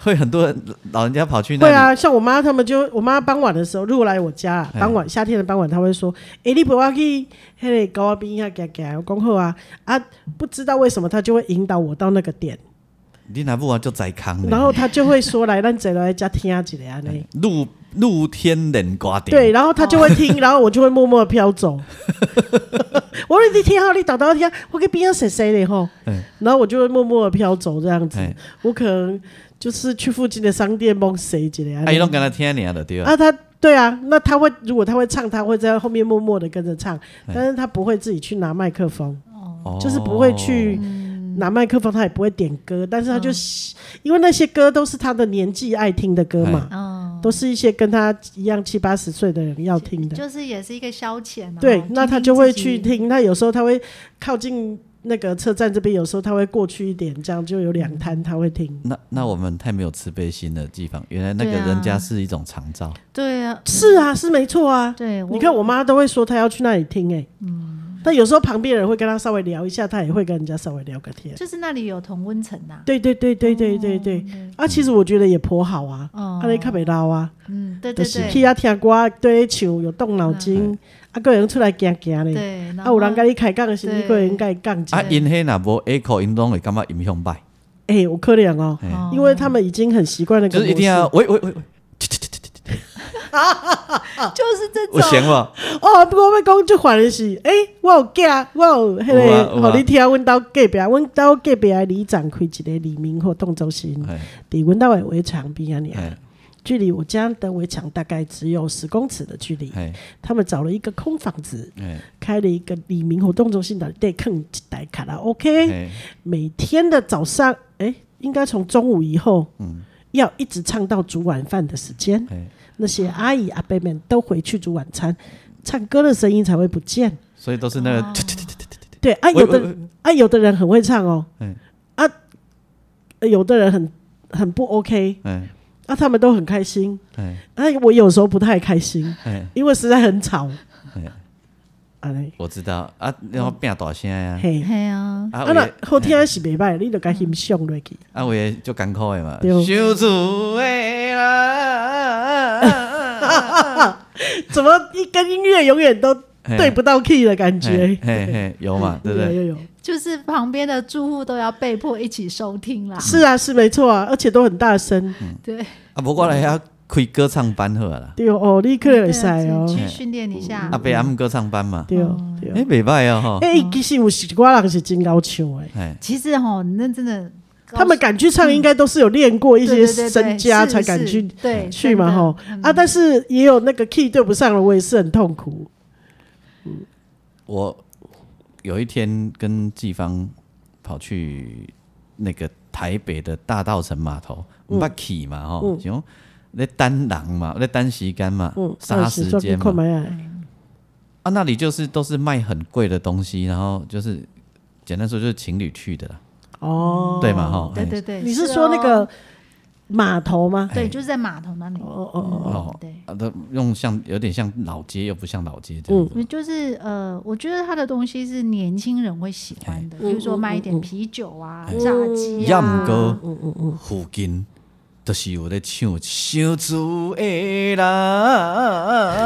会很多人老人家跑去那会里，啊，像我妈他们就，我妈傍晚的时候，如果来我家啊，哎傍晚夏天的傍晚，她会说：“哎、你陪我去那个高阿边下行行，我讲好啊啊！”不知道为什么，她就会引导我到那个点，你哪不玩就宰康然后她就会说：“来，咱走来家听啊，几个啊那。”露露天冷瓜顶，对，，然后她就会听，然后我就会默默的飘走。我说你听好，你导导听，我给边上谁谁的吼哎，然后我就会默默的飘走这样子哎。我可能就是去附近的商店帮谁几个啊啊，伊拢跟他听你的对吧？啊，他对啊，那他会如果他会唱，他会在后面默默的跟着唱，但是他不会自己去拿麦克风，哦就是不会去拿麦克风，他也不会点歌，但是他就、因为那些歌都是他的年纪爱听的歌嘛，嗯，都是一些跟他一样七八十岁的人要听的，就是也是一个消遣啊。对听，那他听就会自去己听，那有时候他会靠近。那个车站这边有时候他会过去一点，这样就有两摊他会听。那那我们太没有慈悲心的地方，原来那个对啊人家是一种长照，对啊，是啊，是没错啊。对，你看我妈都会说她要去那里听哎、嗯，但有时候旁边人会跟她稍微聊一下，她也会跟人家稍微聊个天。就是那里有同温层啊呐。对对对对对对对，啊，其实我觉得也颇好啊，哦阿雷卡北捞啊，嗯，对就对是对去啊听歌，对球有动脑筋，啊个人出来行行嘞，对，然啊有后人跟你开杠的时候，对你个人跟伊杠起啊，来，因迄若无 echo，因拢会感觉影响歹，哎，有可怜哦，嘿哦因为他们已经很习惯那个就模是式，一定要喂喂喂喂，就是这我种行了，哦，不过我要讲就反的是，诶、我有嫁，我有迄、有啊有个，啊互你听，阮兜隔壁，阮兜隔壁的里长开一个黎明活动中心，哎伫阮兜的围墙边啊，尔哎距离我家的围墙大概只有十公尺的距离。哎他们找了一个空房子，哎开了一个黎明活动中心的对坑一台卡拉 OK，哎，每天的早上，诶、应该从中午以后，嗯要一直唱到煮晚饭的时间。哎，那些阿姨阿伯们都回去煮晚餐，唱歌的声音才会不见。所以都是那个，对啊，喂有的喂啊，有的人很会唱哦嗯，啊，呃有的人很很不 OK，哎啊，他们都很开心，哎啊，我有时候不太开心，哎，因为实在很吵嗯。啊嘞，我知道啊，然后变大声呀，嘿，嘿 啊，啊啊有那的后天是袂歹，你就该欣赏落去。啊有的就艰苦的嘛，对想厝的嗯啦， 怎么一跟音乐永远都嗯嘿对不到 key 的感嘿觉？嘿嘿，有嘛，对不有对？嗯有有，就是旁边的住户都要被迫一起收听啦。是啊，是没错啊，而且都很大声。对，啊，不过来遐开歌唱班好了啊啦，对哦，你可能会使对啊哦去。去训练一下啊，。被他们歌唱班嘛，对啊哦，对哎，哦。袂歹哦吼，哎，其实有一寡人是真高唱诶。哎，其实吼，那真的高，他们敢去嗯唱，应该都是有练过一对些对对对身家是才敢是嗯去对去嘛吼啊！但是也有那个 key 对不上了，我也是很痛苦。我有一天跟季芳跑去那个台北的大稻城码头，嗯毋捌去嘛吼，想讲咧等人嘛，咧等时间嘛嗯，，杀时间看嘛，麦啊，啊，那里就是都是卖很贵的东西，然后就是简单说就是情侣去的啦，哦，对嘛吼，对哎对对，你是说那哦个码头吗？对，就是在码头那里。哎哦哦哦，哦对，啊，都用像有点像老街又不像老街这样嗯子，就是呃，我觉得他的东西是年轻人会喜欢哎的，比如说卖一嗯点啤酒啊、炸鸡要啊毋，过附近，就是有咧唱小厝的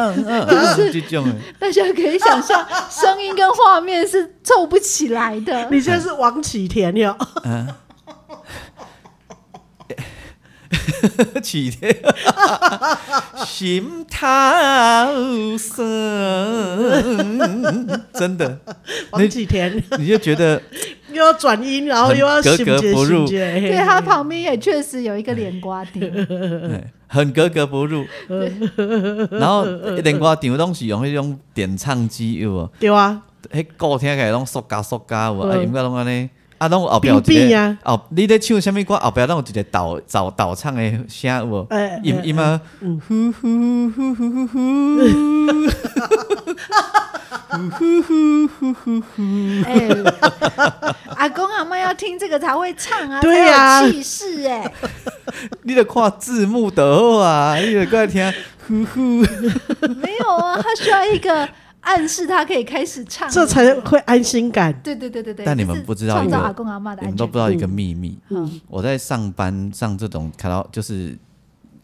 人，即种的。大家可以想象声音跟画面是凑不起来 的。你现在是王启田哟，起的，心头酸， 真的，王启田你就觉得又要转音，然后很又要格醒格觉不入醒觉，嘿对，他旁边也确实有一个脸瓜顶，哎很格格不入。嗯然后连歌场拢是用迄种点唱机有无？对啊，迄歌听起来拢塑胶塑胶有无？啊，嗯音乐拢安尼。啊，拢有后壁有冰一冰个啊后，你咧唱什物歌？后壁拢有一个导导导唱的声有无哎哎？音音啊，呼呼呼呼呼呼。哎，阿公阿妈要听听这个才会唱啊，对呀、啊气势 哎，你得看字幕的啊，你得过来听，呼呼，没有啊，他需要一个暗示，他可以开始唱，这才会安心感。对对对对对。但你这们是不知道创一造个阿公阿妈的你安们全感都不知道一个秘密。嗯我在上班上这种卡拉就是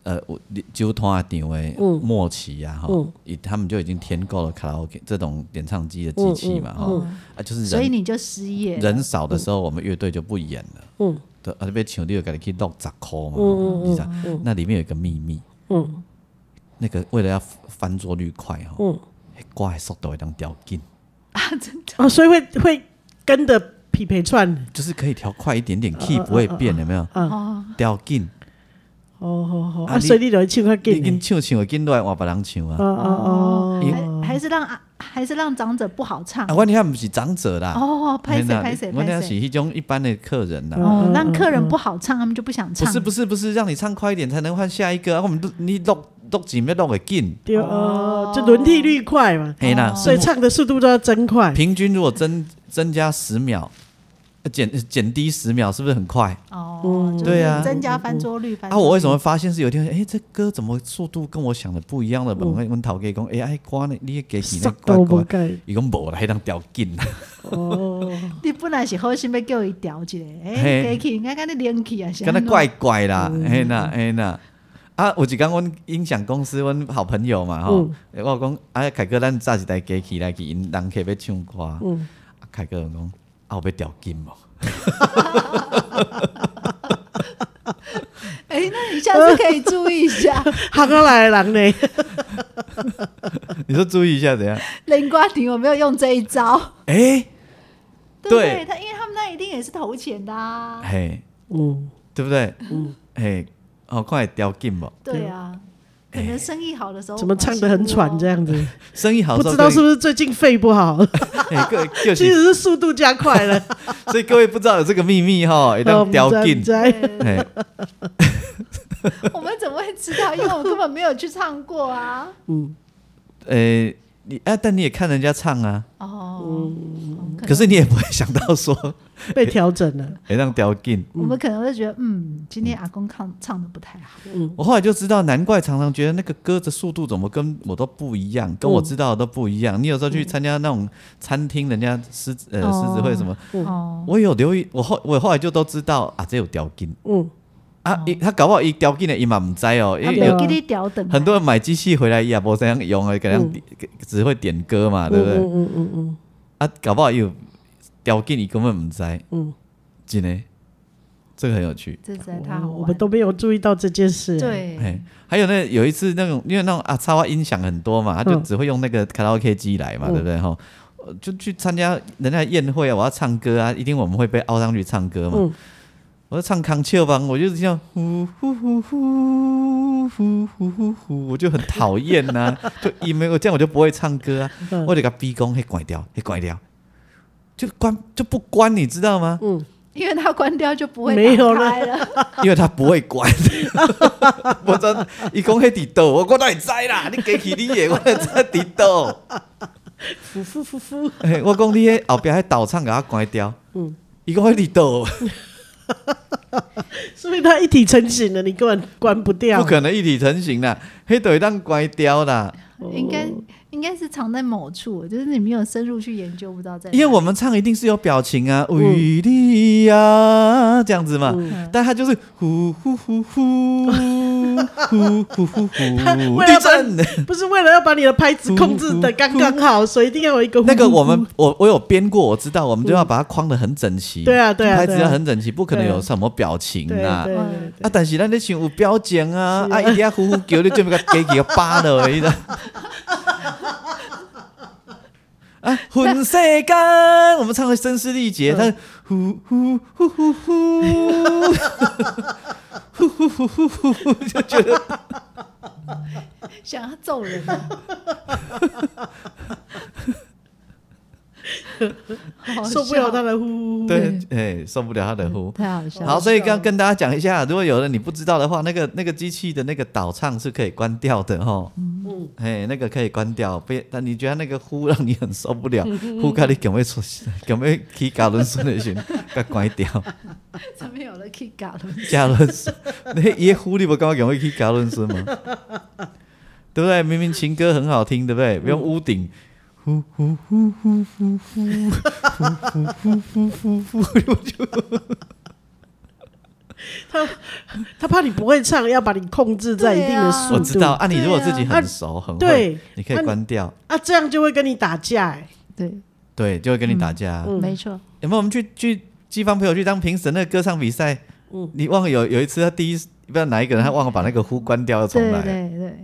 呃，我酒团的点位嗯末期啊，哈、嗯以他们就已经添购了卡拉 OK 这种演唱机的机器嘛，哈、嗯啊，就是所以人你就失业了， 人少的时候，我们乐队就不演了。嗯对，啊，你被请六个你可以弄十块嘛，嗯你知道？那里面有一个秘密，嗯那个为了要翻桌率快哈，嗯，那挂的速度会当调紧，啊哦，所以会会跟着匹配串。就是可以调快一点点，key 不会变，有没有？嗯哦，调紧，哦好好，啊啊，你所以你就会唱较你跟紧。唱唱，跟来换别人唱啊哦。哦因哦，还还是让啊还是让长者不好唱啊，我遐毋是长者啦，哦，拍谁嘿啦拍谁我拍遐是谁迄种一般的客人啦。哦嗯，让嗯客人不好唱，他们就不想不唱，是不是不是，让你唱快一点才能换下一个啊！我们都你录录几要录个紧，对哦，就轮替率快嘛，嘿啦，所以生唱的速度都要增快活。平均如果增增加十秒，呃减减低十秒，是不是很快？哦，嗯就是对啊增加翻桌哎率。翻啊，桌我为率什么发现是有一天，哎，这歌怎么速度跟我想的不一样了？我们问陶给讲，哎，哎，歌呢？你给几哦速那歌度不歌？改伊讲无啦，迄当调紧啦，哦，你本来是好心要叫伊调一下，哎，嘿过去应该跟你连去啊，是敢若安怎怪怪啦，嗯嘿啦嘿啦。啊，有一工阮音响公司阮好朋友嘛吼，诶嗯我讲啊，凯哥，咱炸一台机器来去因人客要唱歌，啊，嗯，凯哥就讲啊，有要调金无？ 哎，那你下次可以注意 一下，行过来的人呢？你说注意一下怎样？连瓜亭有没有用这一招？诶，对不对？对他因为他们那一定也是投钱的啊，哎嘿，嗯，对不对？嗯，嘿，哦，看会调金无？对啊，可能生意好的时候哎怎么唱的很喘这样？样子？生意好不的时候知道是不是？是最近肺不好，嘿，各就其是，实 是速度加快了。所以各位不知道有这个秘密吼，会哦当调紧。在对嘿，我们怎么会知道？因为我根本没有去唱过啊。 嗯，诶，你啊，但你也看人家唱啊，嗯哦，可可能是你也不会想到说 被调整了。会当调紧。我们可能会觉得，嗯，今天阿公唱唱的不太好。我后来就知道，难怪常常觉得那个歌的速度怎么跟我都不一嗯样，跟我知道的都不一样。你有时候去参加那种餐厅，人家狮呃哦狮子会什么，嗯哦，我有留意，我后我后来就都知道啊，这有调金嗯，啊，一他搞不好一调金的伊嘛唔知哦，因阿为对啊有伯给你调等很多人买机器回来伊也无怎样用啊，给人嗯只会点歌嘛，对不对？嗯嗯嗯啊，搞不好他有调金伊根本唔知，嗯真的，这个很有趣。这实在太好嗯，玩。我们都没有注意到这件事。，对嘿，还有那有一次那种，因为那种啊，插花音响很多嘛，他就嗯只会用那个卡拉 OK 机来嘛，嗯对不对？哈，呃就去参加人家的宴会啊，我要唱歌啊，一定我们会被凹上去唱歌嘛。嗯我就唱康丘吧，我就是这样呼呼呼呼呼呼呼呼，我就很讨厌呐、就因为我这样我就不会唱歌啊，嗯我得给他逼宫，嘿关掉，嘿关掉，就关就不关，你知道吗？嗯，因为他关掉就不会没有打开了。因为他不会管。我真，伊讲迄地豆，我我哪会知啦？你给起你的，我哪知地豆。夫夫夫夫， 嘿，我讲你迄后壁迄导唱给他关掉。嗯伊讲迄地豆，是不是它一体成型了？你根本关不掉。不可能一体成型啦，迄豆会当关掉啦。应该应该是藏在某处，就是你没有深入去研究，不知道在哪。因为我们唱一定是有表情啊，为你呀这样子嘛，但他就是呼呼呼呼呼呼呼呼，为了把地震。不是为了要把你的拍子控制的刚刚好，所以一定要有一个呼 那个我哦们我我有编过，我知道，我们就要把它框得很整齐。嗯对啊对啊拍子对啊要很整齐，不可能对啊有什么表情对啊。对对啊，但是咱咧想有表情啊，是啊啊，一定要呼呼叫你准备个给给个扒 落去的。哦 啊，混世间，我们唱的声嘶力嗯竭，但是呼呼呼呼呼， 呼呼呼呼呼呼，就觉得想要揍人啊。好好笑受不了他，的呼呼呼。对，哎，受不了他的呼。嗯太好笑了。好，所以刚跟大家讲一下，如果有人你不知道的话，那个那个机器的那个导唱是可以关掉的哦。嗯，哎，那个可以关掉，别，但你觉得那个呼让你很受不了，呼咖你赶快出，赶快起搞轮顺的行，甲关掉，怎么有了 K 搞了？加仑斯，那耶呼你不刚刚讲会去加仑斯吗？对不对？明明情歌很好听，对不对？不用屋顶，呼呼呼呼呼呼呼呼呼呼呼，他他怕你不会唱，要把你控制在一定的速度。我知道啊，你如果对啊自己很熟很会对，你可啊以你关掉，啊，这样就会跟你打架、欸。对，对，就会跟你打架啊。没错，有没有我们去去西方朋友去当评审那个歌唱比赛？你忘了有有一次他第一不知道哪一个人他忘了把那个呼关掉，要重对来对对，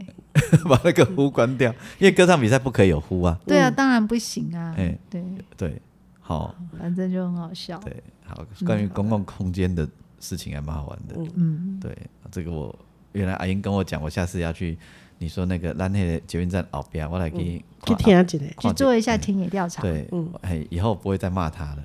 把那个呼关掉，因为歌唱比赛不可以有呼啊。对啊，当然不行啊哎，对，对，嗯好，反正就很好笑，对，好，关于公共空间的事情还蛮好玩的。嗯，对，这个我原来阿英跟我讲，我下次要去你说那个咱那个捷运站后边，我来给你去看听嗯下来。去做一下田野调查，对，哎，以后不会再骂他了。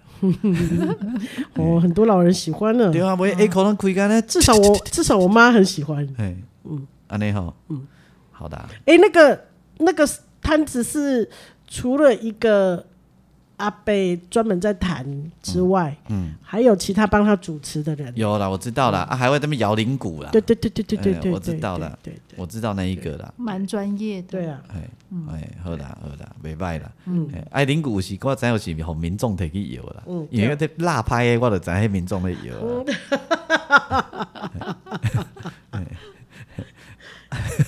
哦，很多老人喜欢呢对。啊，我 A 可能开干呢，至少我至少我妈很喜欢。哎，嗯，安内好，嗯，好的啊，哎、那个那个摊子是除了一个阿贝专门在弹之外，嗯，还有其他帮他主持的人。有啦，我知道啦，啊，还会这么摇铃鼓啦，嗯对对对对对对哎对，我知道对了对对我知道那一个啦，蛮专业的，对，啊，哎哎，好啦好啦，袂歹啦，哎，啊，铃鼓有时我知有是互民众摕去摇啦，因为这拉拍的我就知迄民众咧摇啦。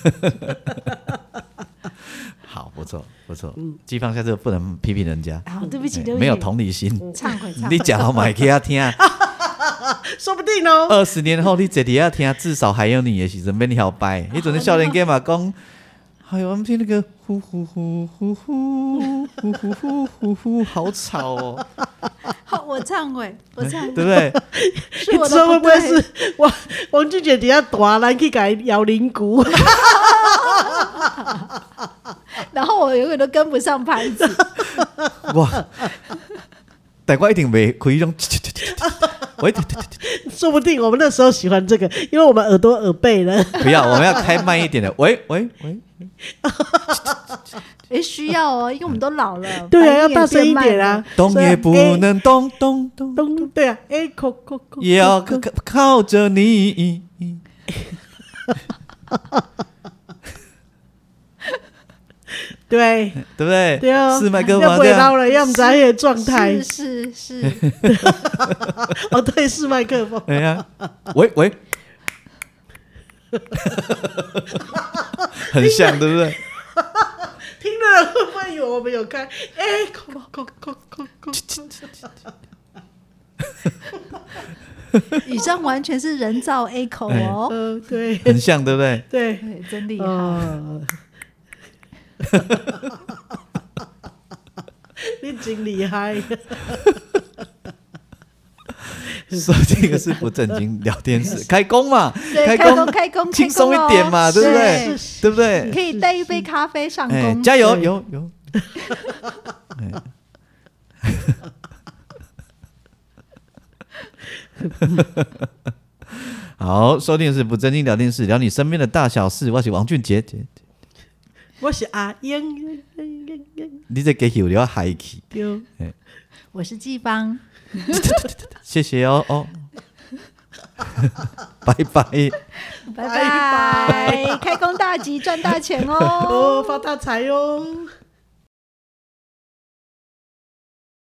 好，不错不错，季芳下次不能批评人家，好，对 不起，嗯哎对不起，没有同理心，忏悔，忏你悔，讲好买给他听。说不定哦。二十年后你坐底下听，至少还有你的时阵免你好掰。你准备少年 g 嘛讲，哎呦，我们听那个呼呼呼呼呼呼呼呼呼呼，好吵哦，好，我忏悔，我忏对悔不，对？是你我知道会的不会对是王王俊杰底下短来去改摇铃鼓？然后我永远都跟不上拍子，哇，但我一定袂开那种，喂，说不定我们那时候喜欢这个，因为我们耳朵耳背了。不要，我们要开慢一点的，喂喂喂，哎，需要哦，因为我们都老了， 对啊，要反应也大声一变慢点了啊，！动所以也要不能动，动动，咚，对啊，哎，扣扣扣，也要靠靠着你。对对不对？对啊，是麦克要风不这样到了，要不咱也状态是。是是， 哦，对，是麦克风。哎呀，喂 喂，很像，对不哎对？听的人会不会以为我们有开？哎，扣扣扣扣扣，以上完全是人造 echo 哦，呃， 对很像，对不对？对，对，真厉害，哎哦， 你真厉害。所以这个是不正经聊天室，开工嘛，对，开工工，开工，轻松开工一哦点嘛，对不是对？对不你对？可以带一杯咖啡上哎，工，加油，对有有。哎 好，收听的是不正经聊天室，聊你身边的大小事。我是王俊杰，杰我是阿 英，英英英你这给有聊嗨起。丢我是季芳，谢谢哦哦， 拜拜。拜拜，开工大吉，赚大钱哦。 哦，发大财哦。